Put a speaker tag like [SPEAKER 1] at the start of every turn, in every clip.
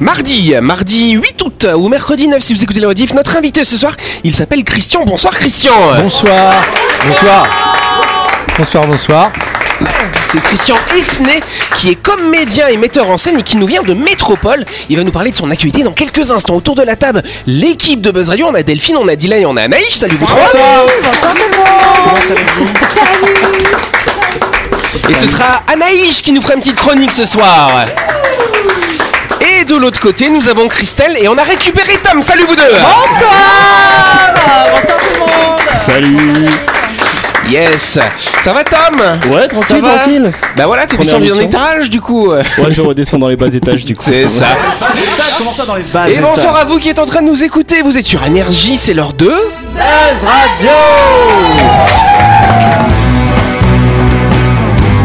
[SPEAKER 1] Mardi, mardi 8 août ou mercredi 9 si vous écoutez le rediff, notre invité ce soir, il s'appelle Christian. Bonsoir Christian.
[SPEAKER 2] Bonsoir. Bonsoir. Bonsoir, bonsoir.
[SPEAKER 1] C'est Christian Esnay qui est comédien et metteur en scène et qui nous vient de Métropole. Il va nous parler de son actualité dans quelques instants. Autour de la table, l'équipe de Buzz Radio, on a Delphine, on a Dylan et on a Anaïs. Salut vous trois. Et ce sera Anaïs qui nous fera une petite chronique ce soir. Et de l'autre côté, nous avons Christelle et on a récupéré Tom. Salut vous deux.
[SPEAKER 3] Bonsoir tout le monde
[SPEAKER 4] Salut
[SPEAKER 1] Yes. Ça va Tom
[SPEAKER 4] Ouais, tranquille,
[SPEAKER 1] va
[SPEAKER 4] tranquille
[SPEAKER 1] Bah voilà, t'es
[SPEAKER 4] Première
[SPEAKER 1] descendu en
[SPEAKER 4] mission.
[SPEAKER 1] étage du coup.
[SPEAKER 4] Ouais, je redescends dans les bas étages du coup.
[SPEAKER 1] C'est ça.
[SPEAKER 3] Comment ça dans les bases
[SPEAKER 1] Et bonsoir à vous qui êtes en train de nous écouter. Vous êtes sur Énergie, c'est l'heure 2.
[SPEAKER 3] Buzz Radio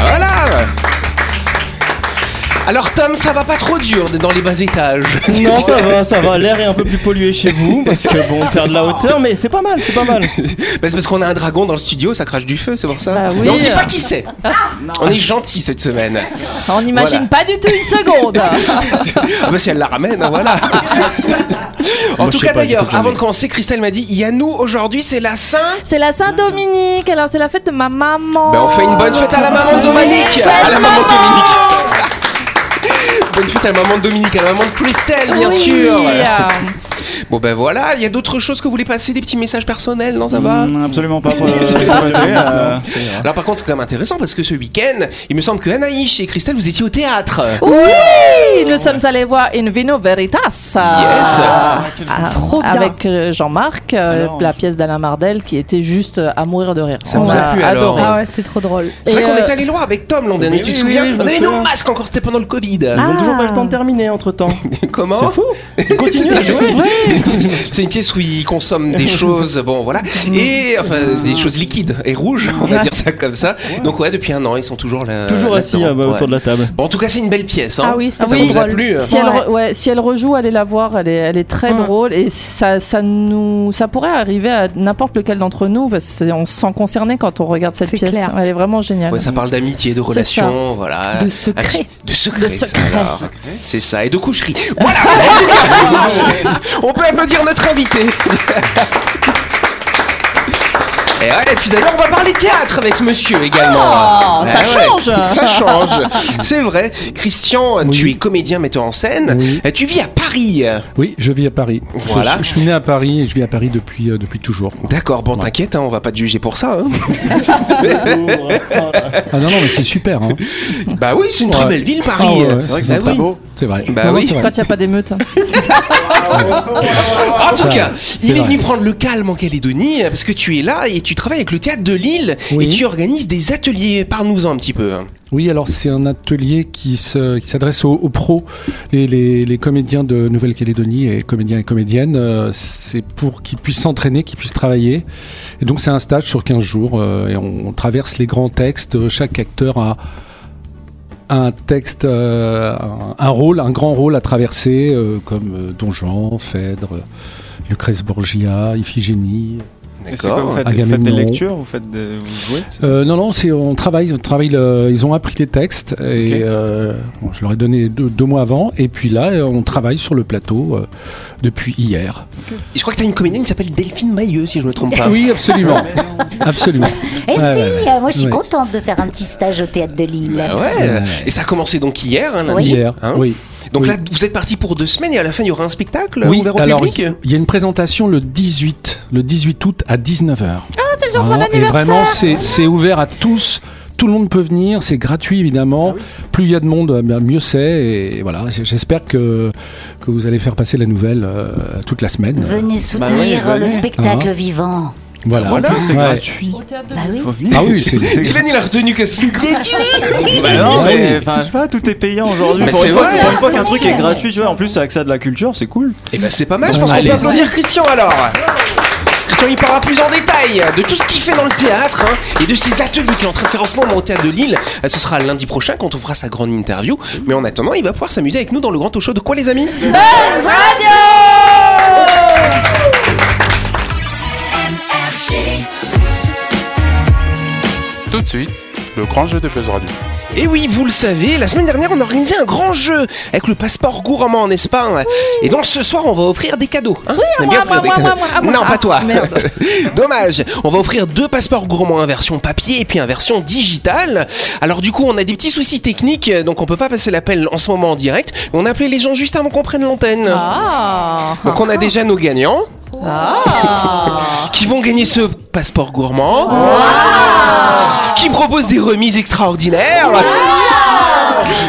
[SPEAKER 1] Voilà. Alors Tom, ça va pas trop dur d'être dans les bas étages.
[SPEAKER 4] Non, ça va, ça va. L'air est un peu plus pollué chez vous parce que bon, on perd de la hauteur, mais c'est pas mal, c'est pas mal.
[SPEAKER 1] Bah, c'est parce qu'on a un dragon dans le studio, ça crache du feu, c'est pour ça.
[SPEAKER 3] Bah oui.
[SPEAKER 1] Mais on sait pas qui c'est. On est gentil cette semaine.
[SPEAKER 3] On n'imagine pas du tout une seconde
[SPEAKER 1] Ah bah si elle la ramène, hein, voilà. en
[SPEAKER 4] Moi,
[SPEAKER 1] tout
[SPEAKER 4] je sais
[SPEAKER 1] cas
[SPEAKER 4] pas, j'écoute
[SPEAKER 1] d'ailleurs,
[SPEAKER 4] jamais.
[SPEAKER 1] avant de commencer, Christelle m'a dit, il y a nous aujourd'hui, c'est la Saint.
[SPEAKER 5] C'est la Saint-Dominique, alors c'est la fête de ma maman.
[SPEAKER 1] Bah, on fait une bonne fête à la maman de Dominique. À la maman de Dominique. Bonne fête à la maman de Dominique, à la maman de Christelle, bien
[SPEAKER 5] Oui.
[SPEAKER 1] sûr. Bon ben voilà, il y a d'autres choses que vous voulez passer, des petits messages personnels, non ça va
[SPEAKER 6] Mm, Absolument pas. pour- euh,
[SPEAKER 1] Alors par contre c'est quand même intéressant parce que ce week-end, il me semble que Anaïs et Christelle vous étiez au théâtre.
[SPEAKER 5] Oui, nous sommes allés voir In Vino Veritas.
[SPEAKER 1] Yes.
[SPEAKER 5] Ah,
[SPEAKER 3] Trop bien. Ah,
[SPEAKER 5] Avec euh, Jean-Marc, euh,
[SPEAKER 6] Alors.
[SPEAKER 5] la pièce d'Alain Mardel qui était juste euh, à mourir de rire.
[SPEAKER 1] Ça
[SPEAKER 5] On
[SPEAKER 1] vous a plu, alors
[SPEAKER 5] adoré.
[SPEAKER 1] Ah
[SPEAKER 3] ouais, c'était trop drôle.
[SPEAKER 1] C'est vrai
[SPEAKER 5] Et,
[SPEAKER 1] qu'on
[SPEAKER 5] euh,
[SPEAKER 1] est allé loin avec Tom l'an dernier,
[SPEAKER 4] oui,
[SPEAKER 1] tu te
[SPEAKER 4] oui,
[SPEAKER 1] souviens
[SPEAKER 4] oui, Ah. je me
[SPEAKER 1] On avait nos
[SPEAKER 4] souviens.
[SPEAKER 1] masques encore, c'était pendant le Covid.
[SPEAKER 4] Ils ont toujours pas le temps de terminer entre temps.
[SPEAKER 1] Comment
[SPEAKER 4] C'est fou.
[SPEAKER 1] Ils continuent à jouer. C'est une pièce où ils consomment des choses, bon voilà,
[SPEAKER 4] Mm.
[SPEAKER 1] et enfin des choses liquides et rouges, on va dire ça comme ça. Donc ouais, depuis un an, ils sont toujours là.
[SPEAKER 4] Toujours assis
[SPEAKER 1] là-dedans.
[SPEAKER 4] ah, bah,
[SPEAKER 1] Euh, Ouais.
[SPEAKER 4] autour de la table.
[SPEAKER 1] Bon, en tout cas, c'est une belle pièce. Hein.
[SPEAKER 3] Ah oui,
[SPEAKER 1] ça
[SPEAKER 3] c'est
[SPEAKER 1] vous a
[SPEAKER 5] drôle.
[SPEAKER 1] plu. hein.
[SPEAKER 5] Si elle,
[SPEAKER 3] Ouais.
[SPEAKER 5] re- ouais, si elle rejoue, allez la voir. Elle est, elle est très
[SPEAKER 3] Mm.
[SPEAKER 5] drôle et ça, ça nous, ça pourrait arriver à n'importe lequel d'entre nous parce que c'est- on se sent concerné quand on regarde cette
[SPEAKER 3] C'est
[SPEAKER 5] pièce.
[SPEAKER 3] clair.
[SPEAKER 5] Elle est vraiment
[SPEAKER 7] Ah
[SPEAKER 5] géniale.
[SPEAKER 1] Ouais, ça parle d'amitié, de relations, voilà.
[SPEAKER 3] De
[SPEAKER 1] Un
[SPEAKER 3] secrets.
[SPEAKER 1] petit- De secrets.
[SPEAKER 3] De secrets.
[SPEAKER 1] alors. C'est ça, et de coucherie. Voilà En tout cas, On peut applaudir notre invité Et, ouais, et puis d'ailleurs, on va parler théâtre avec ce monsieur également.
[SPEAKER 5] Oh,
[SPEAKER 1] Ouais,
[SPEAKER 5] ça
[SPEAKER 1] ouais,
[SPEAKER 5] change.
[SPEAKER 1] Ça change. C'est vrai. Christian, tu es comédien, metteur en scène.
[SPEAKER 8] Oui.
[SPEAKER 1] Et Tu vis à Paris.
[SPEAKER 8] Oui, je vis à Paris. Je-
[SPEAKER 1] Voilà.
[SPEAKER 8] Je, suis né à Paris et je vis à Paris depuis, euh, depuis toujours.
[SPEAKER 1] D'accord, bon, t'inquiète, hein, on va pas te juger pour ça. hein.
[SPEAKER 8] Ah non, non, mais c'est super, hein.
[SPEAKER 1] Bah oui, c'est une très
[SPEAKER 8] Ouais.
[SPEAKER 1] belle ville, Paris.
[SPEAKER 8] Ah ouais,
[SPEAKER 1] Bah
[SPEAKER 8] c'est vrai que
[SPEAKER 6] C'est
[SPEAKER 1] oui.
[SPEAKER 6] très beau.
[SPEAKER 8] c'est vrai.
[SPEAKER 1] Bah
[SPEAKER 8] Non, non,
[SPEAKER 1] oui.
[SPEAKER 8] c'est vrai.
[SPEAKER 5] Quand il n'y a pas d'émeute.
[SPEAKER 1] En
[SPEAKER 8] Ça,
[SPEAKER 1] tout cas,
[SPEAKER 8] c'est
[SPEAKER 1] il est
[SPEAKER 8] vrai.
[SPEAKER 1] venu prendre le calme en Calédonie euh, parce que tu es là et tu travailles avec le théâtre de Lille
[SPEAKER 8] Oui.
[SPEAKER 1] et tu organises des ateliers. Parle-nous-en un petit peu. hein.
[SPEAKER 8] Oui, alors c'est un atelier qui se- qui s'adresse aux, aux pros, les, les- les comédiens de Nouvelle-Calédonie et comédiens et comédiennes. euh, c'est pour qu'ils puissent s'entraîner, qu'ils puissent travailler. Et donc c'est un stage sur 15 jours euh, et on, on traverse les grands textes. Chaque acteur a un texte, euh, un- un rôle, un grand rôle à traverser, euh, comme euh, Don Juan, Phèdre, euh, Lucrèce Borgia, Iphigénie.
[SPEAKER 6] Et c'est quoi, vous
[SPEAKER 1] D'accord.
[SPEAKER 6] faites, vous faites des
[SPEAKER 8] Agamemnon.
[SPEAKER 6] lectures, vous faites des- vous jouez c'est ça
[SPEAKER 8] Euh, non, non, c'est on travaille, on travaille. le- ils ont appris les textes et euh, bon, je leur ai donné deux, deux mois avant. Et puis là, euh, on travaille sur le plateau euh, depuis hier.
[SPEAKER 1] Je crois que tu as une comédienne qui s'appelle Delphine Mailleux, si je me trompe pas.
[SPEAKER 8] Ah Oui, absolument, absolument.
[SPEAKER 9] Eh
[SPEAKER 8] Ouais,
[SPEAKER 9] si,
[SPEAKER 8] ouais,
[SPEAKER 9] euh, moi je suis
[SPEAKER 8] Ouais.
[SPEAKER 9] contente de faire un petit stage au théâtre de Lille.
[SPEAKER 1] Bah ouais.
[SPEAKER 8] Ouais.
[SPEAKER 1] Et ça a commencé donc hier, hein, lundi.
[SPEAKER 8] Hier,
[SPEAKER 1] hein.
[SPEAKER 8] Ah oui.
[SPEAKER 1] Donc
[SPEAKER 8] Oui.
[SPEAKER 1] là, vous êtes parti pour deux semaines et à la fin, il y aura un spectacle
[SPEAKER 8] Oui,
[SPEAKER 1] ouvert au
[SPEAKER 8] alors
[SPEAKER 1] public.
[SPEAKER 8] il y a une présentation le 18, le 18 août à 19h. Ah, c'est le
[SPEAKER 5] jour de mon
[SPEAKER 8] Et
[SPEAKER 5] anniversaire.
[SPEAKER 8] vraiment, c'est c'est ouvert à tous. Tout le monde peut venir, c'est gratuit évidemment. Plus il y a de monde, euh, ben, mieux c'est. Et voilà, j- j'espère que, que vous allez faire passer la nouvelle euh, toute la semaine.
[SPEAKER 9] Venez
[SPEAKER 6] Bah
[SPEAKER 9] soutenir
[SPEAKER 6] ouais, venez.
[SPEAKER 9] le spectacle
[SPEAKER 8] Ah.
[SPEAKER 9] vivant.
[SPEAKER 8] Voilà.
[SPEAKER 1] Hein Voilà.
[SPEAKER 6] En plus, c'est
[SPEAKER 8] Ouais.
[SPEAKER 6] gratuit.
[SPEAKER 9] Bah oui.
[SPEAKER 6] Faut venir.
[SPEAKER 8] Ah oui, c'est-
[SPEAKER 1] Dylan, il a retenu que c'est gratuit.
[SPEAKER 6] Bah non,
[SPEAKER 8] Ouais.
[SPEAKER 6] mais enfin, je sais pas, tout est payant aujourd'hui.
[SPEAKER 1] Ah Mais
[SPEAKER 6] Pour
[SPEAKER 1] c'est
[SPEAKER 6] une fois-
[SPEAKER 1] vrai.
[SPEAKER 6] pour une fois qu'un truc est gratuit, tu vois, en plus, c'est accès à de la culture, c'est cool.
[SPEAKER 1] Et Eh ben c'est pas mal, je pense
[SPEAKER 8] Bon,
[SPEAKER 1] qu'on peut
[SPEAKER 8] allez.
[SPEAKER 1] applaudir Christian alors. Christian émission, il parlera plus en détail de tout ce qu'il fait dans le théâtre hein, et de ses ateliers qu'il est en train de faire en ce moment au théâtre de Lille. Euh, Ce sera lundi prochain quand on fera sa grande interview. Mais en attendant, il va pouvoir s'amuser avec nous dans le grand talk show de quoi, les amis
[SPEAKER 3] Buzz Radio
[SPEAKER 10] Tout de suite, le grand jeu de Buzz Radio.
[SPEAKER 1] Et oui, vous le savez, la semaine dernière, on a organisé un grand jeu avec le passeport gourmand, n'est-ce pas hein? Et donc ce soir, on va offrir des cadeaux. hein
[SPEAKER 3] Oui, à
[SPEAKER 1] On aime
[SPEAKER 3] moi,
[SPEAKER 1] bien offrir
[SPEAKER 3] à moi,
[SPEAKER 1] des
[SPEAKER 3] moi,
[SPEAKER 1] cadeaux.
[SPEAKER 3] moi, à moi.
[SPEAKER 1] Non,
[SPEAKER 3] Ah,
[SPEAKER 1] pas toi.
[SPEAKER 3] merde.
[SPEAKER 1] Dommage. On va offrir deux passeports gourmands, un version papier et puis un version digitale. Alors du coup, on a des petits soucis techniques, donc on peut pas passer l'appel en ce moment en direct. On a appelé les gens juste avant qu'on prenne l'antenne.
[SPEAKER 5] Ah
[SPEAKER 1] Donc on a déjà nos gagnants qui vont gagner ce passeport gourmand, qui propose des remises extraordinaires.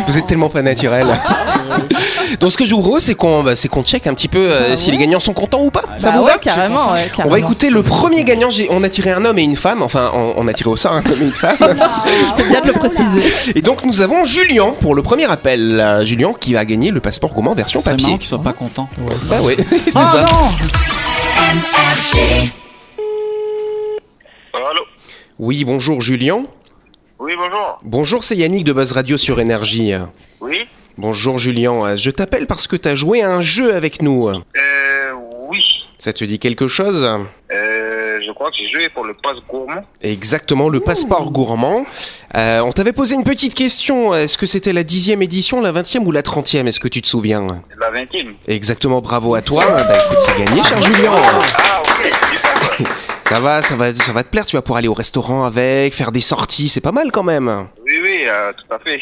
[SPEAKER 1] Vous êtes tellement pas naturel. Donc ce que je vous propose, c'est qu'on bah, c'est qu'on check un petit peu euh, si les gagnants sont contents ou pas. Ça
[SPEAKER 5] Ah Bah
[SPEAKER 1] vous
[SPEAKER 5] ouais,
[SPEAKER 1] va
[SPEAKER 5] carrément, ouais,
[SPEAKER 1] On
[SPEAKER 5] carrément.
[SPEAKER 1] va écouter le premier gagnant. J'ai- On a tiré un homme et une femme. Enfin, on, on a tiré au sort un homme et une femme.
[SPEAKER 5] C'est bien de le préciser.
[SPEAKER 1] Et donc nous avons Julien pour le premier appel. Euh, Julien qui va gagner le passeport gourmand version
[SPEAKER 6] C'est marrant
[SPEAKER 1] papier.
[SPEAKER 6] qu'ils soient pas contents.
[SPEAKER 1] Bah oui, c'est
[SPEAKER 6] Ah
[SPEAKER 1] ça.
[SPEAKER 6] non
[SPEAKER 1] Oui, bonjour Julien.
[SPEAKER 6] Ah.
[SPEAKER 11] Oui, bonjour.
[SPEAKER 1] Bonjour, c'est Yannick de Buzz Radio sur Énergie.
[SPEAKER 11] Oui.
[SPEAKER 1] Bonjour Julien, Euh, je t'appelle parce que t'as joué à un jeu avec nous.
[SPEAKER 11] Euh, oui.
[SPEAKER 1] Ça te dit quelque chose
[SPEAKER 11] Euh, je crois que j'ai joué pour le passe gourmand.
[SPEAKER 1] Exactement, le passeport gourmand. Euh, on t'avait posé une petite question. Est-ce que c'était la dixième édition, la vingtième ou la trentième Est-ce que tu te souviens
[SPEAKER 11] La vingtaine.
[SPEAKER 1] Exactement, bravo à toi. Bah écoute, c'est gagné, cher Julien.
[SPEAKER 11] Ah,
[SPEAKER 1] Ça va, ça va, ça va te plaire. Tu vas pouvoir aller au restaurant avec, faire des sorties. C'est pas mal quand même.
[SPEAKER 11] Oui, oui, euh, tout à fait.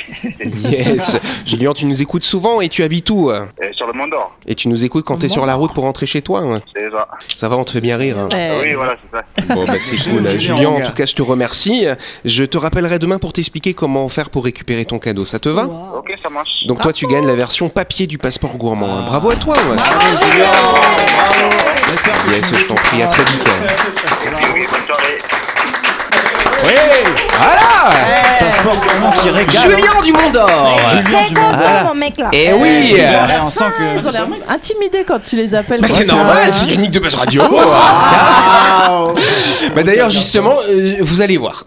[SPEAKER 1] Yes. Julien, tu nous écoutes souvent et tu habites où
[SPEAKER 11] Euh, sur le Mandor.
[SPEAKER 1] Et tu nous écoutes quand t'es sur la route pour rentrer chez toi. hein
[SPEAKER 11] C'est ça.
[SPEAKER 1] Ça va, on te fait bien rire. hein
[SPEAKER 6] Euh.
[SPEAKER 11] Oui, voilà, c'est ça.
[SPEAKER 1] Bon, bah, c'est cool.
[SPEAKER 11] Julien,
[SPEAKER 1] Julien, en
[SPEAKER 11] regarde.
[SPEAKER 1] tout cas, je te remercie. Je te rappellerai demain pour t'expliquer comment faire pour récupérer ton cadeau. Ça te va
[SPEAKER 6] Ah.
[SPEAKER 11] Ok, ça marche.
[SPEAKER 1] Donc, toi, tu gagnes la version papier du passeport gourmand. hein. Bravo à toi. ouais. Yes, je t'en prie, à très vite. hein.
[SPEAKER 11] Oui
[SPEAKER 1] Voilà
[SPEAKER 11] Passeport
[SPEAKER 6] gourmand qui régale,
[SPEAKER 1] Julien
[SPEAKER 6] hein.
[SPEAKER 1] du Mont d'Or
[SPEAKER 6] Julien du Mont d'Or.
[SPEAKER 1] Voilà.
[SPEAKER 5] mon mec, là.
[SPEAKER 1] Eh oui
[SPEAKER 6] on sent que-
[SPEAKER 5] Ils ont l'air même intimidés quand tu les appelles.
[SPEAKER 1] Bah,
[SPEAKER 5] quoi,
[SPEAKER 1] c'est
[SPEAKER 5] ça-
[SPEAKER 1] normal, c'est Yannick de Buzz Radio. bah d'ailleurs justement, euh, vous allez voir.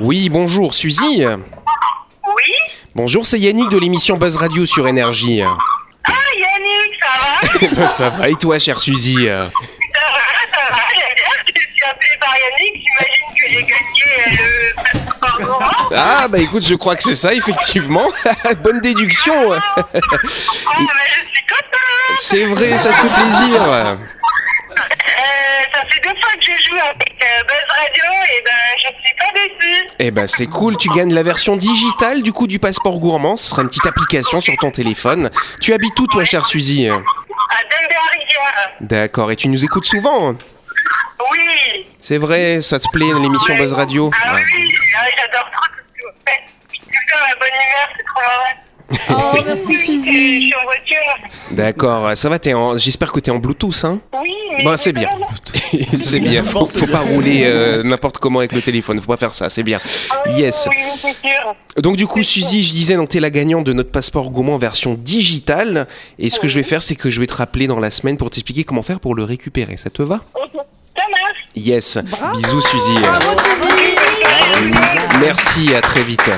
[SPEAKER 1] Oui, bonjour Suzy.
[SPEAKER 12] Oui
[SPEAKER 1] Bonjour, c'est Yannick de l'émission Buzz Radio sur Énergie.
[SPEAKER 12] Ah, Yannick, ça va
[SPEAKER 1] Bah, ça va et toi, chère Suzy euh
[SPEAKER 12] Ça va, ça va. J'ai bien que je suis appelée par Yannick. J'imagine que j'ai gagné euh, le passeport gourmand.
[SPEAKER 1] Ah bah écoute, je crois que c'est ça effectivement. Bonne déduction. C'est vrai, ça te fait plaisir.
[SPEAKER 12] Euh, ça fait deux fois que j'ai joué avec euh, Buzz Radio et ben je suis pas déçue.
[SPEAKER 1] Eh ben c'est cool, tu gagnes la version digitale du coup du passeport gourmand, ce sera une petite application sur ton téléphone. Tu habites où toi chère Suzy
[SPEAKER 12] À Denver-Rivière.
[SPEAKER 1] D'accord, et tu nous écoutes souvent hein.
[SPEAKER 12] Oui.
[SPEAKER 1] C'est vrai, ça te plaît l'émission Buzz Radio
[SPEAKER 12] Ah
[SPEAKER 1] Ouais.
[SPEAKER 12] oui, ah, j'adore trop tout ce que vous faites. Je suis tout le temps à bonne humeur, c'est trop marrant.
[SPEAKER 5] Oh, merci,
[SPEAKER 12] Suzy. Je suis en voiture.
[SPEAKER 1] D'accord, ça va, t'es en... j'espère que t'es en Bluetooth hein
[SPEAKER 12] Oui, mais
[SPEAKER 1] Bon, c'est bien. c'est bien, faut, faut pas rouler euh, n'importe comment avec le téléphone, faut pas faire ça, c'est bien. Yes.
[SPEAKER 12] Ah Oui, c'est sûr.
[SPEAKER 1] Donc du coup, Suzy, je disais, donc t'es la gagnante de notre passeport gourmand version digitale. Et ce que je vais faire, c'est que je vais te rappeler dans la semaine pour t'expliquer comment faire pour le récupérer. Ça te va
[SPEAKER 12] Ça marche.
[SPEAKER 1] Yes. Bisous, Suzy.
[SPEAKER 12] Suzy.
[SPEAKER 1] Merci, à très vite.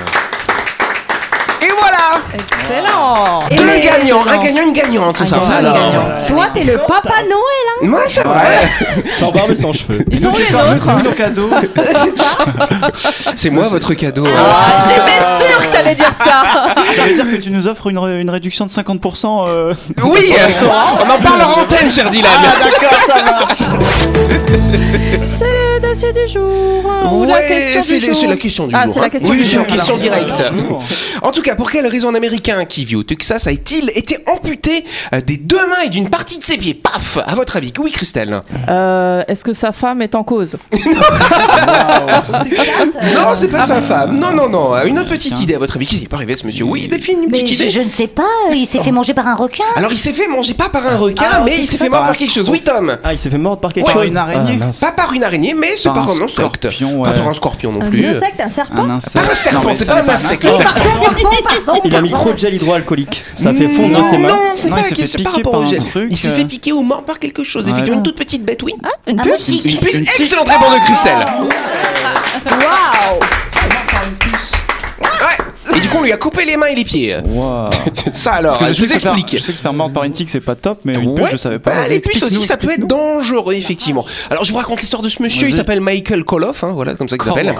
[SPEAKER 12] Et voilà
[SPEAKER 5] Excellent. Ah,
[SPEAKER 1] Deux gagnants, un gagnant, une gagnante, c'est ça.
[SPEAKER 5] gagnant,
[SPEAKER 1] Alors, euh,
[SPEAKER 7] Toi, t'es le papa Noël, hein
[SPEAKER 1] Moi, c'est vrai.
[SPEAKER 4] Sans barbe et sans cheveux.
[SPEAKER 5] Ils sont où les nôtres
[SPEAKER 6] cadeau.
[SPEAKER 1] C'est moi votre cadeau.
[SPEAKER 5] Ah, J'étais sûre que t'allais dire ça.
[SPEAKER 6] Ça veut dire que tu nous offres une, ré- une réduction de 50% euh,
[SPEAKER 1] Oui,
[SPEAKER 6] au restaurant.
[SPEAKER 1] on en parle en antenne, cher Dylan.
[SPEAKER 6] Ah, d'accord, ça marche.
[SPEAKER 5] C'est le dossier du jour. ou bah, la
[SPEAKER 1] Ouais,
[SPEAKER 5] question
[SPEAKER 1] c'est
[SPEAKER 5] du
[SPEAKER 1] les-
[SPEAKER 5] jour.
[SPEAKER 1] c'est la question du
[SPEAKER 5] ah,
[SPEAKER 1] jour.
[SPEAKER 5] c'est
[SPEAKER 1] hein.
[SPEAKER 5] la question
[SPEAKER 1] oui,
[SPEAKER 5] du
[SPEAKER 1] c'est
[SPEAKER 5] jour.
[SPEAKER 1] une question
[SPEAKER 5] alors.
[SPEAKER 1] directe. En tout cas, pour quelle raison un Américain qui vit au Texas a-t-il été amputé euh, des deux mains et d'une partie de ses pieds Paf À votre avis Oui, Christelle
[SPEAKER 5] Euh, Est-ce que sa femme est en cause
[SPEAKER 9] Ah,
[SPEAKER 1] Non, c'est pas sa femme. Non, non, non. Une autre petite idée, à votre avis. Qu'est-ce qui est pas arrivé à ce monsieur Oui, défini une
[SPEAKER 9] Mais
[SPEAKER 1] petite
[SPEAKER 9] je,
[SPEAKER 1] idée.
[SPEAKER 9] je ne sais pas, il s'est fait manger par un requin.
[SPEAKER 1] Alors, il s'est fait manger pas par un requin,
[SPEAKER 9] Ah,
[SPEAKER 1] mais
[SPEAKER 9] ok,
[SPEAKER 1] il s'est
[SPEAKER 9] ça,
[SPEAKER 1] fait mordre
[SPEAKER 9] ça.
[SPEAKER 1] par quelque chose. Oui, Tom
[SPEAKER 4] Ah, il s'est fait mordre par quelque
[SPEAKER 1] Ouais.
[SPEAKER 4] chose. Ah, mince.
[SPEAKER 1] pas par une araignée, mais mais c'est
[SPEAKER 6] Par
[SPEAKER 1] pas
[SPEAKER 6] un
[SPEAKER 1] un non, c'est
[SPEAKER 6] scorpion,
[SPEAKER 1] Pas
[SPEAKER 6] ouais.
[SPEAKER 1] par un scorpion non
[SPEAKER 7] Un
[SPEAKER 1] plus.
[SPEAKER 4] euh.
[SPEAKER 7] insecte, un serpent
[SPEAKER 6] Un insecte.
[SPEAKER 1] Pas un serpent,
[SPEAKER 6] Non, mais
[SPEAKER 1] c'est
[SPEAKER 6] ça
[SPEAKER 1] pas
[SPEAKER 6] n'est
[SPEAKER 1] un insecte,
[SPEAKER 6] un
[SPEAKER 1] le
[SPEAKER 6] serpent.
[SPEAKER 7] Pardon, pardon, pardon
[SPEAKER 4] Ah. Il a mis trop de gel hydroalcoolique. Ça fait fondre ses mains.
[SPEAKER 1] Non, c'est pas la question par rapport au gel. Il s'est fait
[SPEAKER 4] piquer.
[SPEAKER 1] piquer au mort par quelque chose.
[SPEAKER 4] Ouais.
[SPEAKER 1] Effectivement, une toute petite bête, oui.
[SPEAKER 5] une
[SPEAKER 1] Ah,
[SPEAKER 5] puce
[SPEAKER 1] Une
[SPEAKER 5] Une
[SPEAKER 1] puce.
[SPEAKER 5] puce.
[SPEAKER 1] Excellente réponse de Christelle.
[SPEAKER 13] Waouh
[SPEAKER 1] Et du coup, on lui a coupé les mains et les pieds. Ça alors,
[SPEAKER 6] Parce que
[SPEAKER 1] je vous
[SPEAKER 6] sais que se faire-
[SPEAKER 1] explique.
[SPEAKER 6] Ah, Je sais que se faire mordre par une tique, c'est pas top, mais une puce,
[SPEAKER 1] Ouais.
[SPEAKER 6] je savais pas.
[SPEAKER 1] Bah,
[SPEAKER 6] Vas-y,
[SPEAKER 1] les puces aussi,
[SPEAKER 6] explique-nous,
[SPEAKER 1] ça peut être dangereux, effectivement. Alors, je vous raconte l'histoire de ce monsieur. Il
[SPEAKER 6] Vas-y.
[SPEAKER 1] s'appelle Michael Koloff, hein, voilà, comme ça qu'il s'appelle.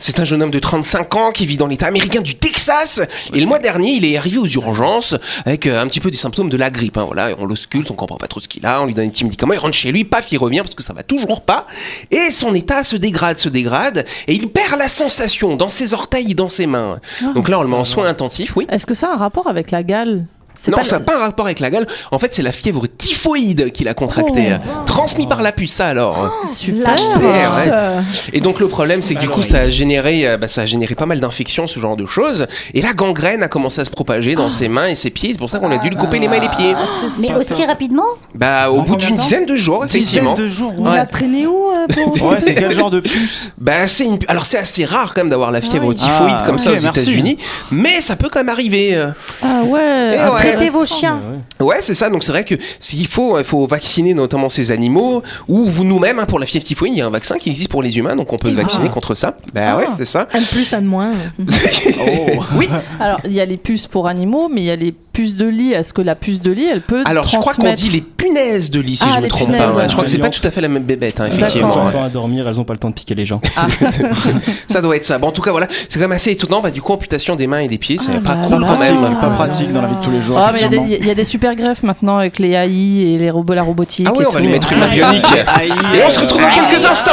[SPEAKER 1] C'est un jeune homme de 35 ans qui vit dans l'État américain du Texas. Et le mois dernier, il est arrivé aux urgences avec euh, un petit peu des symptômes de la grippe. hein, voilà, Et on l'ausculte, on comprend pas trop ce qu'il a, on lui donne un petit médicament, il rentre chez lui, paf, il revient parce que ça va toujours pas. Et son état se dégrade, se dégrade, et il perd la sensation dans ses orteils, dans ses mains.
[SPEAKER 6] Ah,
[SPEAKER 1] Donc là, on le met en soins intensifs, oui.
[SPEAKER 5] Est-ce que ça a un rapport avec la gale C'est
[SPEAKER 1] Non,
[SPEAKER 5] pas
[SPEAKER 1] ça
[SPEAKER 5] le-
[SPEAKER 1] n'a pas un rapport avec la gale. En fait, c'est la fièvre typhoïde qu'il a contractée,
[SPEAKER 5] Oh.
[SPEAKER 1] transmis par la puce, ça alors.
[SPEAKER 6] Oh.
[SPEAKER 5] Super.
[SPEAKER 1] ouais. Et donc le problème, c'est que du coup, ça a généré, euh, bah, ça a généré pas mal d'infections, ce genre de choses. Et la gangrène a commencé à se propager
[SPEAKER 6] Ah.
[SPEAKER 1] dans ses mains et ses pieds. C'est pour ça qu'on a dû lui couper les mains et les pieds.
[SPEAKER 9] Mais aussi rapidement
[SPEAKER 1] Bah, au bout d'une
[SPEAKER 9] temps
[SPEAKER 1] dizaine de jours, effectivement.
[SPEAKER 6] jours,
[SPEAKER 9] On l'a traîné où euh,
[SPEAKER 6] Ouais, c'est quel genre de puce
[SPEAKER 1] Bah, c'est une... Alors, c'est assez rare quand même d'avoir la fièvre
[SPEAKER 6] oui.
[SPEAKER 1] typhoïde
[SPEAKER 6] Ah,
[SPEAKER 1] comme ça aux
[SPEAKER 6] ok, merci.
[SPEAKER 1] États-Unis, mais ça peut quand même arriver. euh.
[SPEAKER 5] Ah ouais.
[SPEAKER 1] Et ouais.
[SPEAKER 9] Traitez vos chiens.
[SPEAKER 1] Ouais, c'est ça. Donc c'est vrai que s'il faut, il faut vacciner notamment ces animaux ou vous nous-mêmes hein, pour la fièvre typhoïde. Il y a un vaccin qui existe pour les humains, donc on peut se vacciner
[SPEAKER 5] ah.
[SPEAKER 1] contre ça. Bah ouais, c'est ça.
[SPEAKER 7] Un de plus, un de moins.
[SPEAKER 1] oui.
[SPEAKER 5] Alors, il y a les puces pour animaux, mais il y a les puces de lit. Est-ce que la puce de lit, elle peut
[SPEAKER 1] Alors je crois qu'on
[SPEAKER 5] transmettre-
[SPEAKER 1] dit les punaises de lit si
[SPEAKER 5] Ah,
[SPEAKER 1] je me
[SPEAKER 5] les
[SPEAKER 1] trompe
[SPEAKER 5] punaises,
[SPEAKER 1] pas. ouais.
[SPEAKER 5] ouais.
[SPEAKER 1] Je crois que c'est pas tout à fait la même bébête, hein, effectivement.
[SPEAKER 4] Elles
[SPEAKER 1] ouais.
[SPEAKER 4] ont pas à dormir, elles ont pas le temps de piquer les gens.
[SPEAKER 1] ça doit être ça. Bon, en tout cas voilà, c'est quand même assez étonnant. Bah du coup amputation des mains et des pieds, c'est pas
[SPEAKER 6] Pas
[SPEAKER 1] cool quand
[SPEAKER 6] pratique,
[SPEAKER 1] même.
[SPEAKER 6] pas pratique dans la vie de tous les jours.
[SPEAKER 5] Ah, mais il y a des-
[SPEAKER 6] effectivement.
[SPEAKER 5] il y, a des super greffes maintenant avec les AI et les robots, la robotique.
[SPEAKER 1] Ah oui,
[SPEAKER 5] et
[SPEAKER 1] on va
[SPEAKER 5] tout.
[SPEAKER 1] lui mettre une main bionique.
[SPEAKER 5] Ah,
[SPEAKER 1] Et on se retrouve dans quelques instants.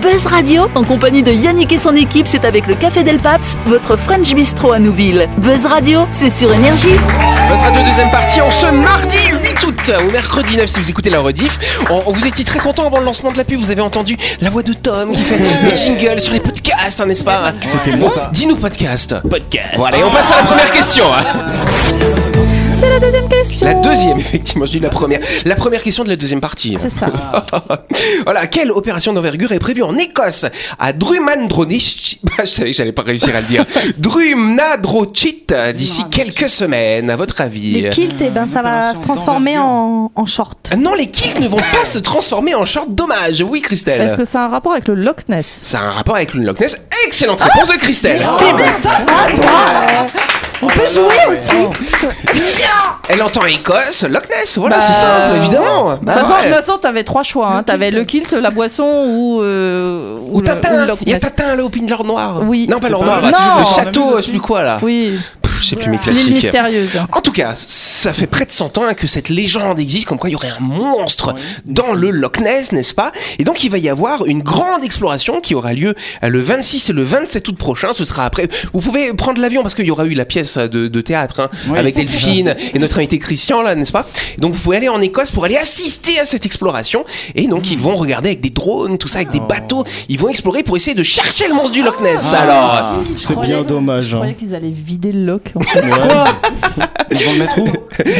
[SPEAKER 13] Buzz Radio, en compagnie de Yannick et son équipe, c'est avec le Café Del Paps, votre French Bistro à Nouville. Buzz Radio, c'est sur Énergie.
[SPEAKER 1] Buzz Radio deuxième partie en ce mardi 8 août ou mercredi 9 si vous écoutez la rediff. On, on vous étiez très content avant le lancement de la pub, vous avez entendu la voix de Tom qui fait le jingle sur les podcasts, hein, n'est-ce pas C'était moi. Dis-nous podcast. Podcast. Voilà, et on passe à la première question. hein.
[SPEAKER 5] C'est la deuxième question.
[SPEAKER 1] La deuxième, effectivement, je dis la première. La première question de la deuxième partie.
[SPEAKER 5] C'est ça.
[SPEAKER 1] voilà, quelle opération d'envergure est prévue en Écosse à Drumandronich Je savais que j'allais pas réussir à le dire. Drumnadrochit d'ici quelques semaines, à votre avis
[SPEAKER 7] Les kilts, eh ben, ça va se transformer en, en short.
[SPEAKER 1] Ah Non, les kilts ne vont pas se transformer en short, dommage. Oui, Christelle.
[SPEAKER 5] Est-ce que ça a un rapport avec le Loch Ness
[SPEAKER 1] Ça a un rapport avec le Loch Ness. Excellente
[SPEAKER 5] Ah
[SPEAKER 1] réponse de Christelle.
[SPEAKER 5] Eh ben,
[SPEAKER 1] Ah,
[SPEAKER 7] On
[SPEAKER 1] Oh
[SPEAKER 7] peut jouer aussi
[SPEAKER 1] Elle entend Écosse, Loch Ness. Voilà, c'est simple, évidemment.
[SPEAKER 5] Bah,
[SPEAKER 1] Bah,
[SPEAKER 5] De toute façon, de toute façon, t'avais trois choix. Hein. T'avais le kilt, la boisson ou. euh,
[SPEAKER 1] Ou
[SPEAKER 5] le-
[SPEAKER 1] Tintin.
[SPEAKER 5] le Loch
[SPEAKER 1] Il y a
[SPEAKER 5] Ness.
[SPEAKER 1] Tintin, le Hopin de l'or noir.
[SPEAKER 5] Oui.
[SPEAKER 1] Non, pas l'or
[SPEAKER 5] C'est
[SPEAKER 1] noir.
[SPEAKER 5] pas- Non.
[SPEAKER 1] Le
[SPEAKER 5] On
[SPEAKER 1] château,
[SPEAKER 5] amuse
[SPEAKER 1] je sais plus quoi, là.
[SPEAKER 5] Oui.
[SPEAKER 1] Pff, Je sais plus mes classiques.
[SPEAKER 5] L'île mystérieuse.
[SPEAKER 1] En tout cas, ça fait près de 100 ans hein, que cette légende existe, comme quoi il y aurait un monstre dans le Loch Ness, n'est-ce pas Et donc il va y avoir une grande exploration qui aura lieu euh, le 26 et le 27 août prochain. Ce sera après. Vous pouvez prendre l'avion parce qu'il y aura eu la pièce de, de théâtre hein, avec Delphine et notre invité Christian là, n'est-ce pas Donc vous pouvez aller en Écosse pour aller assister à cette exploration. Et donc ils vont regarder avec des drones, tout ça, avec des bateaux. Ils vont explorer pour essayer de chercher le monstre du Loch Ness.
[SPEAKER 7] Ah.
[SPEAKER 1] alors.
[SPEAKER 4] C'est bien dommage.
[SPEAKER 5] Ah,
[SPEAKER 4] hein.
[SPEAKER 5] Je croyais qu'ils allaient vider le Loch. en fait.
[SPEAKER 6] Ils vont le mettre où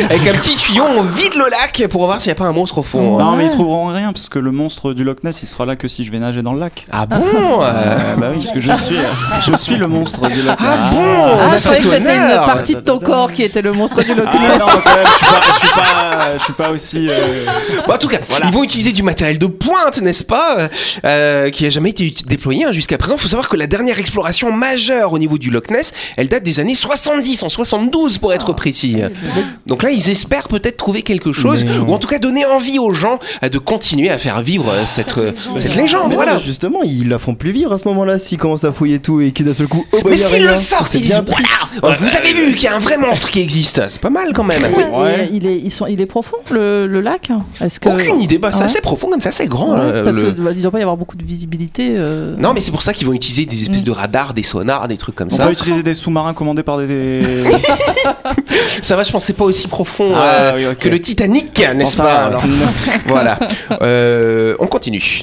[SPEAKER 1] Avec un petit tuyau, on vide le lac pour voir s'il n'y a pas un monstre au fond. hein.
[SPEAKER 6] Non, mais ils trouveront rien parce que le monstre du Loch Ness il sera là que si je vais nager dans le lac.
[SPEAKER 1] Ah bon
[SPEAKER 6] Euh, Bah oui, parce que je suis, je suis le monstre du Loch Ness.
[SPEAKER 1] Ah bon
[SPEAKER 5] Ah, je croyais que c'était une partie de ton corps qui était le monstre du Loch
[SPEAKER 6] Ah
[SPEAKER 5] Ness.
[SPEAKER 6] non, quand même, je suis pas, je suis pas, je suis pas aussi. euh,
[SPEAKER 1] Bon, en tout cas, ils vont utiliser du matériel de pointe, n'est-ce pas euh, Qui a jamais été ut- déployé hein, jusqu'à présent. Il faut savoir que la dernière exploration majeure au niveau du Loch Ness, elle date des années 70, en 72 pour
[SPEAKER 5] Ah.
[SPEAKER 1] être précis.
[SPEAKER 5] bah
[SPEAKER 1] Donc là, ils espèrent peut-être trouver quelque chose, ou en tout cas donner envie aux gens euh, de continuer à faire vivre euh, cette, euh,
[SPEAKER 5] Ah,
[SPEAKER 1] cette légende.
[SPEAKER 4] Mais non,
[SPEAKER 1] Voilà.
[SPEAKER 4] mais Justement, ils la font plus vivre à ce moment-là s'ils commencent à fouiller tout et qu'ils d'un seul coup. oh, bah,
[SPEAKER 1] Mais
[SPEAKER 4] il y a
[SPEAKER 1] s'ils
[SPEAKER 4] rien.
[SPEAKER 1] le sortent,
[SPEAKER 4] C'est
[SPEAKER 1] ils
[SPEAKER 4] bien
[SPEAKER 1] disent voilà,
[SPEAKER 4] triste.
[SPEAKER 1] on vous vous avez vu qu'il y a un vrai monstre qui existe. C'est pas mal quand même.
[SPEAKER 5] Ouais, et Il, est, ils sont- il est profond le, le lac Est-ce que... Ah
[SPEAKER 1] Aucune idée. Bah, c'est
[SPEAKER 5] Ouais.
[SPEAKER 1] assez profond comme ça, c'est grand.
[SPEAKER 5] Ouais,
[SPEAKER 1] euh,
[SPEAKER 5] parce
[SPEAKER 1] le-
[SPEAKER 5] qu'il doit- il doit pas y avoir beaucoup de visibilité. euh.
[SPEAKER 1] Non, mais c'est pour ça qu'ils vont utiliser des espèces de radars, des sonars, des trucs comme
[SPEAKER 6] On
[SPEAKER 1] ça.
[SPEAKER 6] peut utiliser des sous-marins commandés par des. des-
[SPEAKER 1] Ça va, je pensais pas aussi profond
[SPEAKER 6] Ah,
[SPEAKER 1] euh,
[SPEAKER 6] oui, ok.
[SPEAKER 1] que le Titanic, n'est-ce
[SPEAKER 6] ça va,
[SPEAKER 1] pas
[SPEAKER 6] alors.
[SPEAKER 1] Voilà. Euh, on continue.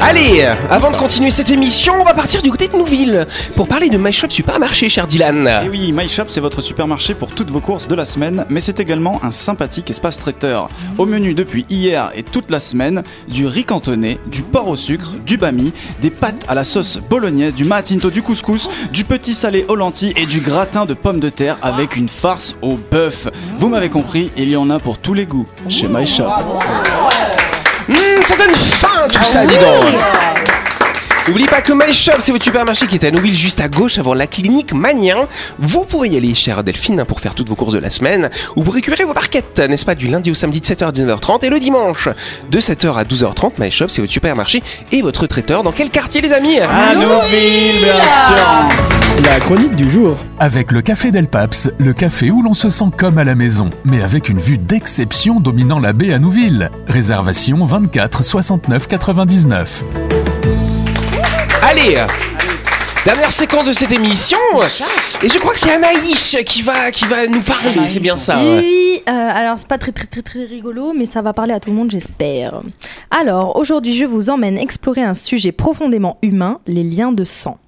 [SPEAKER 1] Allez, avant de continuer cette émission, on va partir du côté de Nouville pour parler de My Shop Supermarché, cher Dylan.
[SPEAKER 6] Et Ah Eh oui, My Shop, c'est votre supermarché pour toutes vos courses de la semaine, mais c'est également un sympathique espace traiteur. Au menu depuis hier et toute la semaine, du riz cantonné, du porc au sucre, du bami, des pâtes à la sauce bolognaise, du matinto, du couscous, du petit salé aux lentilles et du gratin de pommes de terre avec une farce au bœuf. Vous m'avez compris, il y en a pour tous les goûts chez My Shop.
[SPEAKER 1] Mmh, ça donne faim
[SPEAKER 6] Ah
[SPEAKER 1] tout ça, dis donc N'oublie pas que My Shop, c'est votre supermarché qui est à Nouville, juste à gauche avant la clinique Magnien. Vous pourrez y aller, chère Delphine, hein, pour faire toutes vos courses de la semaine ou pour récupérer vos barquettes, n'est-ce pas, du lundi au samedi de 7h à 19h30 et le dimanche de 7h à 12h30. My Shop, c'est votre supermarché et votre traiteur. Dans quel quartier, les amis
[SPEAKER 6] À Nouville, bien sûr
[SPEAKER 14] La chronique du jour. Avec le café Del Paps, le café où l'on se sent comme à la maison, mais avec une vue d'exception dominant la baie à Nouville. Réservation 24 69 99.
[SPEAKER 1] Allez Dernière séquence de cette émission et je crois que c'est Anaïs qui va qui va nous parler, c'est bien ça.
[SPEAKER 7] Oui,
[SPEAKER 1] ouais.
[SPEAKER 7] oui, euh, alors c'est pas très très très très rigolo, mais ça va parler à tout le monde, j'espère. Alors, aujourd'hui, je vous emmène explorer un sujet profondément humain, les liens de sang.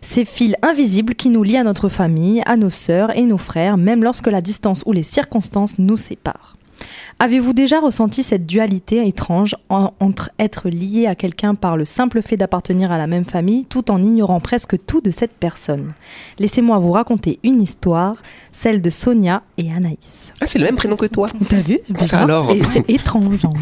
[SPEAKER 7] Ces fils invisibles qui nous lient à notre famille, à nos sœurs et nos frères, même lorsque la distance ou les circonstances nous séparent. Avez-vous déjà ressenti cette dualité étrange en- entre être lié à quelqu'un par le simple fait d'appartenir à la même famille tout en ignorant presque tout de cette personne Laissez-moi vous raconter une histoire, celle de Sonia et Anaïs.
[SPEAKER 1] Ah, c'est le même prénom que toi.
[SPEAKER 7] T'as vu C'est
[SPEAKER 1] Ça
[SPEAKER 7] bizarre.
[SPEAKER 1] alors.
[SPEAKER 7] Et C'est étrange. hein.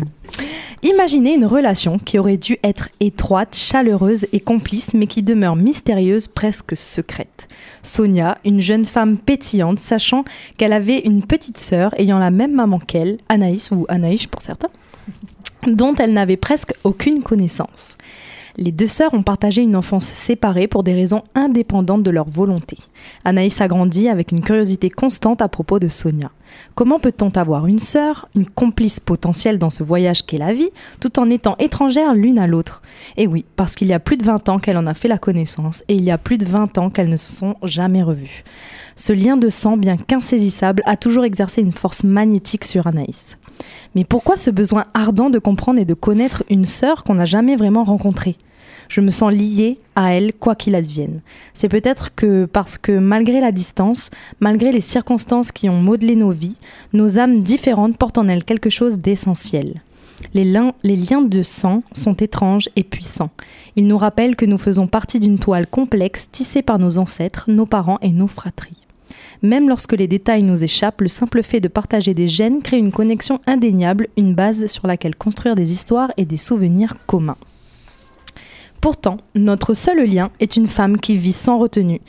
[SPEAKER 7] Imaginez une relation qui aurait dû être étroite, chaleureuse et complice, mais qui demeure mystérieuse, presque secrète. Sonia, une jeune femme pétillante, sachant qu'elle avait une petite sœur ayant la même maman qu'elle, Anaïs ou Anaïs pour certains, dont elle n'avait presque aucune connaissance. Les deux sœurs ont partagé une enfance séparée pour des raisons indépendantes de leur volonté. Anaïs a grandi avec une curiosité constante à propos de Sonia. Comment peut-on avoir une sœur, une complice potentielle dans ce voyage qu'est la vie, tout en étant étrangère l'une à l'autre Eh oui, parce qu'il y a plus de 20 ans qu'elle en a fait la connaissance et il y a plus de 20 ans qu'elles ne se sont jamais revues. Ce lien de sang, bien qu'insaisissable, a toujours exercé une force magnétique sur Anaïs. Mais pourquoi ce besoin ardent de comprendre et de connaître une sœur qu'on n'a jamais vraiment rencontrée Je me sens liée à elle, quoi qu'il advienne. C'est peut-être que parce que malgré la distance, malgré les circonstances qui ont modelé nos vies, nos âmes différentes portent en elles quelque chose d'essentiel. Les, lin- les liens de sang sont étranges et puissants. Ils nous rappellent que nous faisons partie d'une toile complexe tissée par nos ancêtres, nos parents et nos fratries. Même lorsque les détails nous échappent, le simple fait de partager des gènes crée une connexion indéniable, une base sur laquelle construire des histoires et des souvenirs communs. Pourtant, notre seul lien est une femme qui vit sans retenue,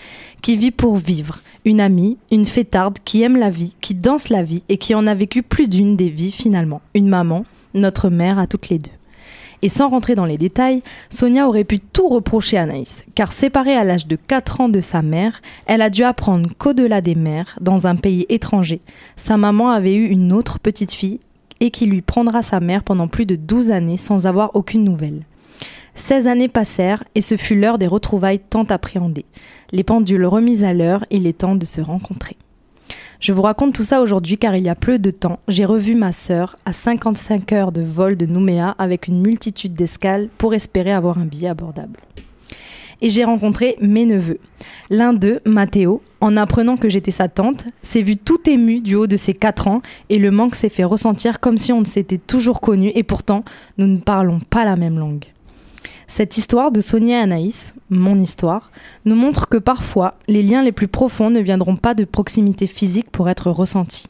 [SPEAKER 7] qui vit pour vivre, une amie, une fêtarde qui aime la vie, qui danse la vie et qui en a vécu plus d'une des vies finalement, une maman, notre mère à toutes les deux. Et sans rentrer dans les détails, Sonia aurait pu tout reprocher à Anaïs, car séparée à l'âge de 4 ans de sa mère, elle a dû apprendre qu'au-delà des mers, dans un pays étranger, sa maman avait eu une autre petite fille et qui lui prendra sa mère pendant plus de 12 années sans avoir aucune nouvelle. 16 années passèrent et ce fut l'heure des retrouvailles tant appréhendées. Les pendules remises à l'heure, il est temps de se rencontrer. Je vous raconte tout ça aujourd'hui car il y a peu de temps, j'ai revu ma sœur à 55 heures de vol de Nouméa avec une multitude d'escales pour espérer avoir un billet abordable. Et j'ai rencontré mes neveux. L'un d'eux, Mathéo, en apprenant que j'étais sa tante, s'est vu tout ému du haut de ses 4 ans et le manque s'est fait ressentir comme si on ne s'était toujours connus et pourtant nous ne parlons pas la même langue. Cette histoire de Sonia et Anaïs, mon histoire, nous montre que parfois, les liens les plus profonds ne viendront pas de proximité physique pour être ressentis.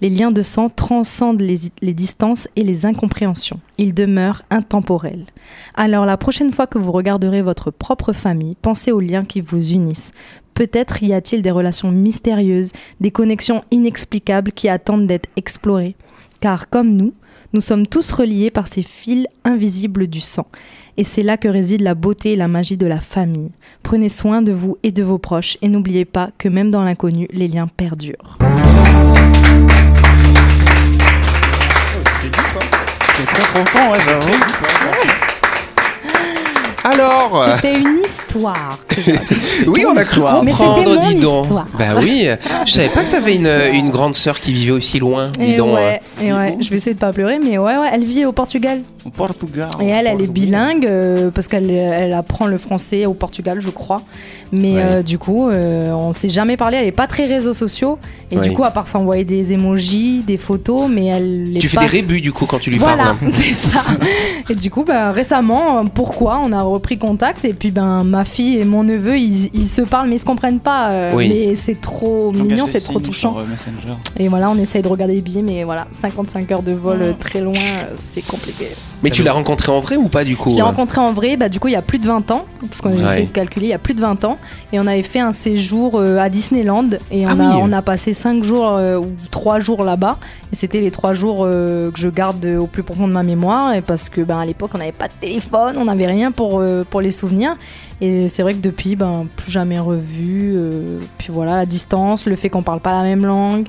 [SPEAKER 7] Les liens de sang transcendent les, les distances et les incompréhensions. Ils demeurent intemporels. Alors la prochaine fois que vous regarderez votre propre famille, pensez aux liens qui vous unissent. Peut-être y a-t-il des relations mystérieuses, des connexions inexplicables qui attendent d'être explorées car comme nous, nous sommes tous reliés par ces fils invisibles du sang. et c'est là que réside la beauté et la magie de la famille. Prenez soin de vous et de vos proches et n'oubliez pas que même dans l'inconnu, les liens perdurent.
[SPEAKER 4] T'es très content, ouais, bravo.
[SPEAKER 1] Alors
[SPEAKER 9] C'était une histoire.
[SPEAKER 1] Oui, on a cru
[SPEAKER 9] histoire. Mais c'était
[SPEAKER 1] comprendre,
[SPEAKER 9] mon
[SPEAKER 1] dis donc.
[SPEAKER 9] histoire.
[SPEAKER 1] Bah oui, je savais pas que t'avais une, une grande sœur qui vivait aussi loin, dis
[SPEAKER 7] Et
[SPEAKER 1] donc. hein.
[SPEAKER 7] ouais, et ouais, je vais essayer de pas pleurer, mais ouais, ouais, elle vit au Portugal.
[SPEAKER 4] Au Portugal.
[SPEAKER 1] Oh,
[SPEAKER 7] Et elle, elle est bilingue euh, parce qu'elle elle apprend le français au Portugal, je crois. Mais
[SPEAKER 1] Ouais.
[SPEAKER 7] euh, du coup, euh, on s'est jamais parlé. Elle est pas très réseaux sociaux. Et
[SPEAKER 1] Ouais.
[SPEAKER 7] du coup, à part s'envoyer des emojis, des photos, mais elle. est
[SPEAKER 1] Tu fais
[SPEAKER 7] pas-
[SPEAKER 1] des rébus du coup quand tu lui
[SPEAKER 7] Voilà,
[SPEAKER 1] parles. hein.
[SPEAKER 7] c'est ça. Et du coup, bah, récemment, euh, pourquoi on a repris contact Et puis, ben, ma fille et mon neveu, ils, ils se parlent, mais ils se comprennent pas. euh,
[SPEAKER 1] Oui.
[SPEAKER 7] Mais c'est trop
[SPEAKER 6] Langage
[SPEAKER 7] mignon,
[SPEAKER 6] des
[SPEAKER 7] c'est trop
[SPEAKER 6] signes
[SPEAKER 7] touchant.
[SPEAKER 6] sur, euh, Messenger.
[SPEAKER 7] Et voilà, on essaye de regarder les billets, mais voilà, 55 heures de vol euh, très loin, euh, c'est compliqué.
[SPEAKER 1] Mais tu l'as rencontrée en vrai ou pas du coup
[SPEAKER 7] Je l'ai
[SPEAKER 1] hein
[SPEAKER 7] rencontré en vrai, bah, du coup, il y a plus de 20 ans, parce qu'on a
[SPEAKER 1] Ouais.
[SPEAKER 7] essayé de calculer, il y a plus de 20 ans, et on avait fait un séjour euh, à Disneyland, et on,
[SPEAKER 1] Ah
[SPEAKER 7] a,
[SPEAKER 1] oui.
[SPEAKER 7] on a passé 5 jours euh, ou 3 jours là-bas, et c'était les 3 jours euh, que je garde euh, au plus profond de ma mémoire, et parce que ben à l'époque, on n'avait pas de téléphone, on n'avait rien pour, euh, pour les souvenirs, et c'est vrai que depuis, ben, plus jamais revu, euh, puis voilà, la distance, le fait qu'on parle pas la même langue.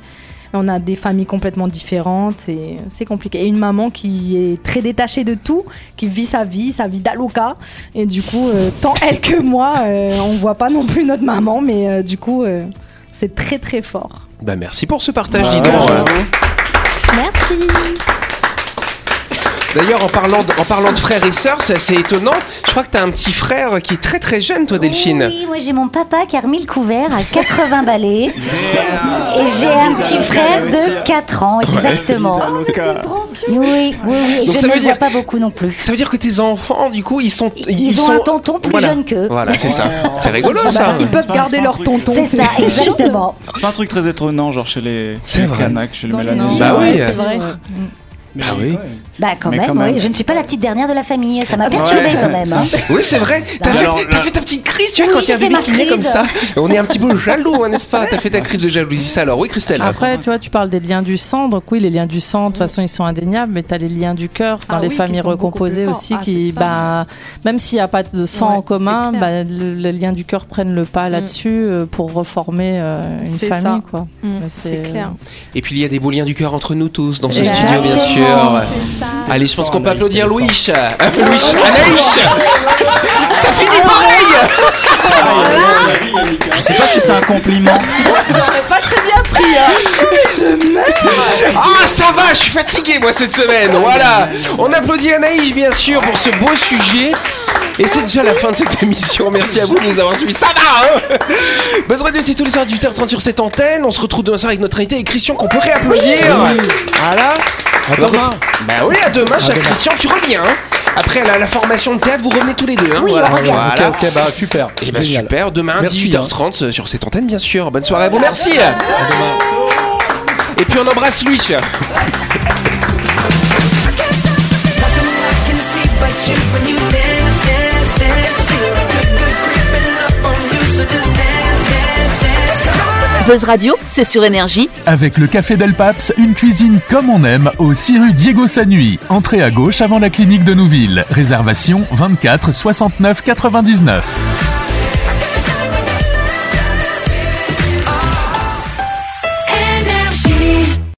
[SPEAKER 7] On a des familles complètement différentes et c'est compliqué. Et une maman qui est très détachée de tout, qui vit sa vie, sa vie d'aloca. Et du coup, euh, tant elle que moi, euh, on voit pas non plus notre maman, mais euh, du coup, euh, c'est très très fort.
[SPEAKER 1] Bah merci pour ce partage,
[SPEAKER 4] Bah
[SPEAKER 1] dis
[SPEAKER 4] ouais,
[SPEAKER 1] donc.
[SPEAKER 4] bravo.
[SPEAKER 7] Merci.
[SPEAKER 1] D'ailleurs, en parlant, de, en parlant de frères et sœurs, c'est assez étonnant. Je crois que t'as un petit frère qui est très très jeune, toi, Delphine.
[SPEAKER 9] Oui, moi j'ai mon papa qui a remis le couvert à 80 balais. Et j'ai un petit frère de 4 ans, exactement. Oui, oui, oui.
[SPEAKER 1] Donc
[SPEAKER 9] je
[SPEAKER 1] ça
[SPEAKER 9] ne
[SPEAKER 1] veut
[SPEAKER 9] le vois
[SPEAKER 1] dire-
[SPEAKER 9] pas beaucoup non plus.
[SPEAKER 1] Ça veut dire que tes enfants, du coup, ils sont.
[SPEAKER 9] Ils, ont
[SPEAKER 1] sont...
[SPEAKER 9] un tonton plus
[SPEAKER 1] Voilà.
[SPEAKER 9] jeune qu'eux.
[SPEAKER 1] Voilà, c'est ça. C'est rigolo ça.
[SPEAKER 7] hein. Ils peuvent garder leur tonton.
[SPEAKER 9] C'est ça, exactement.
[SPEAKER 6] C'est pas un truc très étonnant, genre chez les,
[SPEAKER 1] C'est
[SPEAKER 6] chez les
[SPEAKER 1] vrai.
[SPEAKER 6] Kanaks, chez les Mélanesiens.
[SPEAKER 1] îles, Bah oui.
[SPEAKER 9] c'est vrai.
[SPEAKER 1] Ah oui.
[SPEAKER 9] Bah quand
[SPEAKER 6] Mais
[SPEAKER 9] même,
[SPEAKER 6] quand même.
[SPEAKER 9] oui. Je ne suis pas la petite dernière de la famille. Ça m'a perturbée
[SPEAKER 6] Ouais.
[SPEAKER 9] quand même. hein.
[SPEAKER 1] Oui, c'est vrai. T'as fait, t'as fait ta petite crise, tu vois,
[SPEAKER 9] Oui,
[SPEAKER 1] quand il y a un
[SPEAKER 9] j'ai fait
[SPEAKER 1] bébé
[SPEAKER 9] ma
[SPEAKER 1] qui naît
[SPEAKER 9] crise.
[SPEAKER 1] comme ça. On est un petit peu jaloux, hein, n'est-ce pas T'as fait ta crise de jalousie, ça alors. Oui, Christelle.
[SPEAKER 7] Ah.
[SPEAKER 5] Après, tu vois, tu parles des liens du sang. Donc oui, les liens du sang, de toute façon, ils sont indéniables. Mais tu as les liens du cœur dans
[SPEAKER 7] Mm. Ah
[SPEAKER 5] les
[SPEAKER 7] oui, qui
[SPEAKER 5] familles
[SPEAKER 7] sont beaucoup
[SPEAKER 5] recomposées
[SPEAKER 7] plus forts.
[SPEAKER 5] aussi,
[SPEAKER 7] Ah, c'est
[SPEAKER 5] qui,
[SPEAKER 7] ça.
[SPEAKER 5] bah, même s'il n'y a pas de sang
[SPEAKER 7] Ouais,
[SPEAKER 5] en commun,
[SPEAKER 7] c'est
[SPEAKER 5] bah,
[SPEAKER 7] clair. Mm.
[SPEAKER 5] le- les liens du cœur prennent le pas là-dessus euh, pour reformer euh, une
[SPEAKER 7] C'est
[SPEAKER 5] famille,
[SPEAKER 7] ça.
[SPEAKER 5] quoi.
[SPEAKER 7] Mm,
[SPEAKER 5] Mais
[SPEAKER 7] c'est clair.
[SPEAKER 1] Et puis il y a des beaux liens du cœur entre nous tous dans ce
[SPEAKER 5] Exactement,
[SPEAKER 1] studio, bien
[SPEAKER 5] c'est
[SPEAKER 1] sûr. Allez, je pense qu'on peut applaudir Louis. Ah, Louis, Anaïs Ça finit pareil
[SPEAKER 6] Je sais pas si c'est un compliment.
[SPEAKER 7] pas très bien pris.
[SPEAKER 1] Ah, ça va, je suis fatigué moi cette semaine. Voilà. On applaudit Anaïs, bien sûr, pour ce beau sujet. Et c'est déjà la fin de cette émission. Merci à vous de nous avoir suivis. Ça va, hein Buzz Radio, c'est tous les soirs 18h30 sur cette antenne. On se retrouve demain soir avec notre invité et Christian qu'on peut réapplaudir. Voilà.
[SPEAKER 2] À demain.
[SPEAKER 1] Bah oui, à demain,
[SPEAKER 2] À
[SPEAKER 1] cher
[SPEAKER 2] demain.
[SPEAKER 1] Christian, tu reviens. hein. Après la, la formation de théâtre, vous revenez tous les deux. hein.
[SPEAKER 2] Oui,
[SPEAKER 1] voilà.
[SPEAKER 2] on revient.
[SPEAKER 1] Voilà.
[SPEAKER 2] Ok, ok, bah, super.
[SPEAKER 1] Et bah,
[SPEAKER 2] Génial.
[SPEAKER 1] super. Demain,
[SPEAKER 2] Merci, hein.
[SPEAKER 1] 18h30 euh, sur cette antenne, bien sûr. Bonne soirée. Bon, merci. Et puis on embrasse Louis.
[SPEAKER 13] Buzz Radio, c'est sur énergie.
[SPEAKER 14] Avec le Café Del Paps, une cuisine comme on aime au 6 rue Diego Sanui. Entrée à gauche avant la clinique de Nouville. Réservation 24 69 99.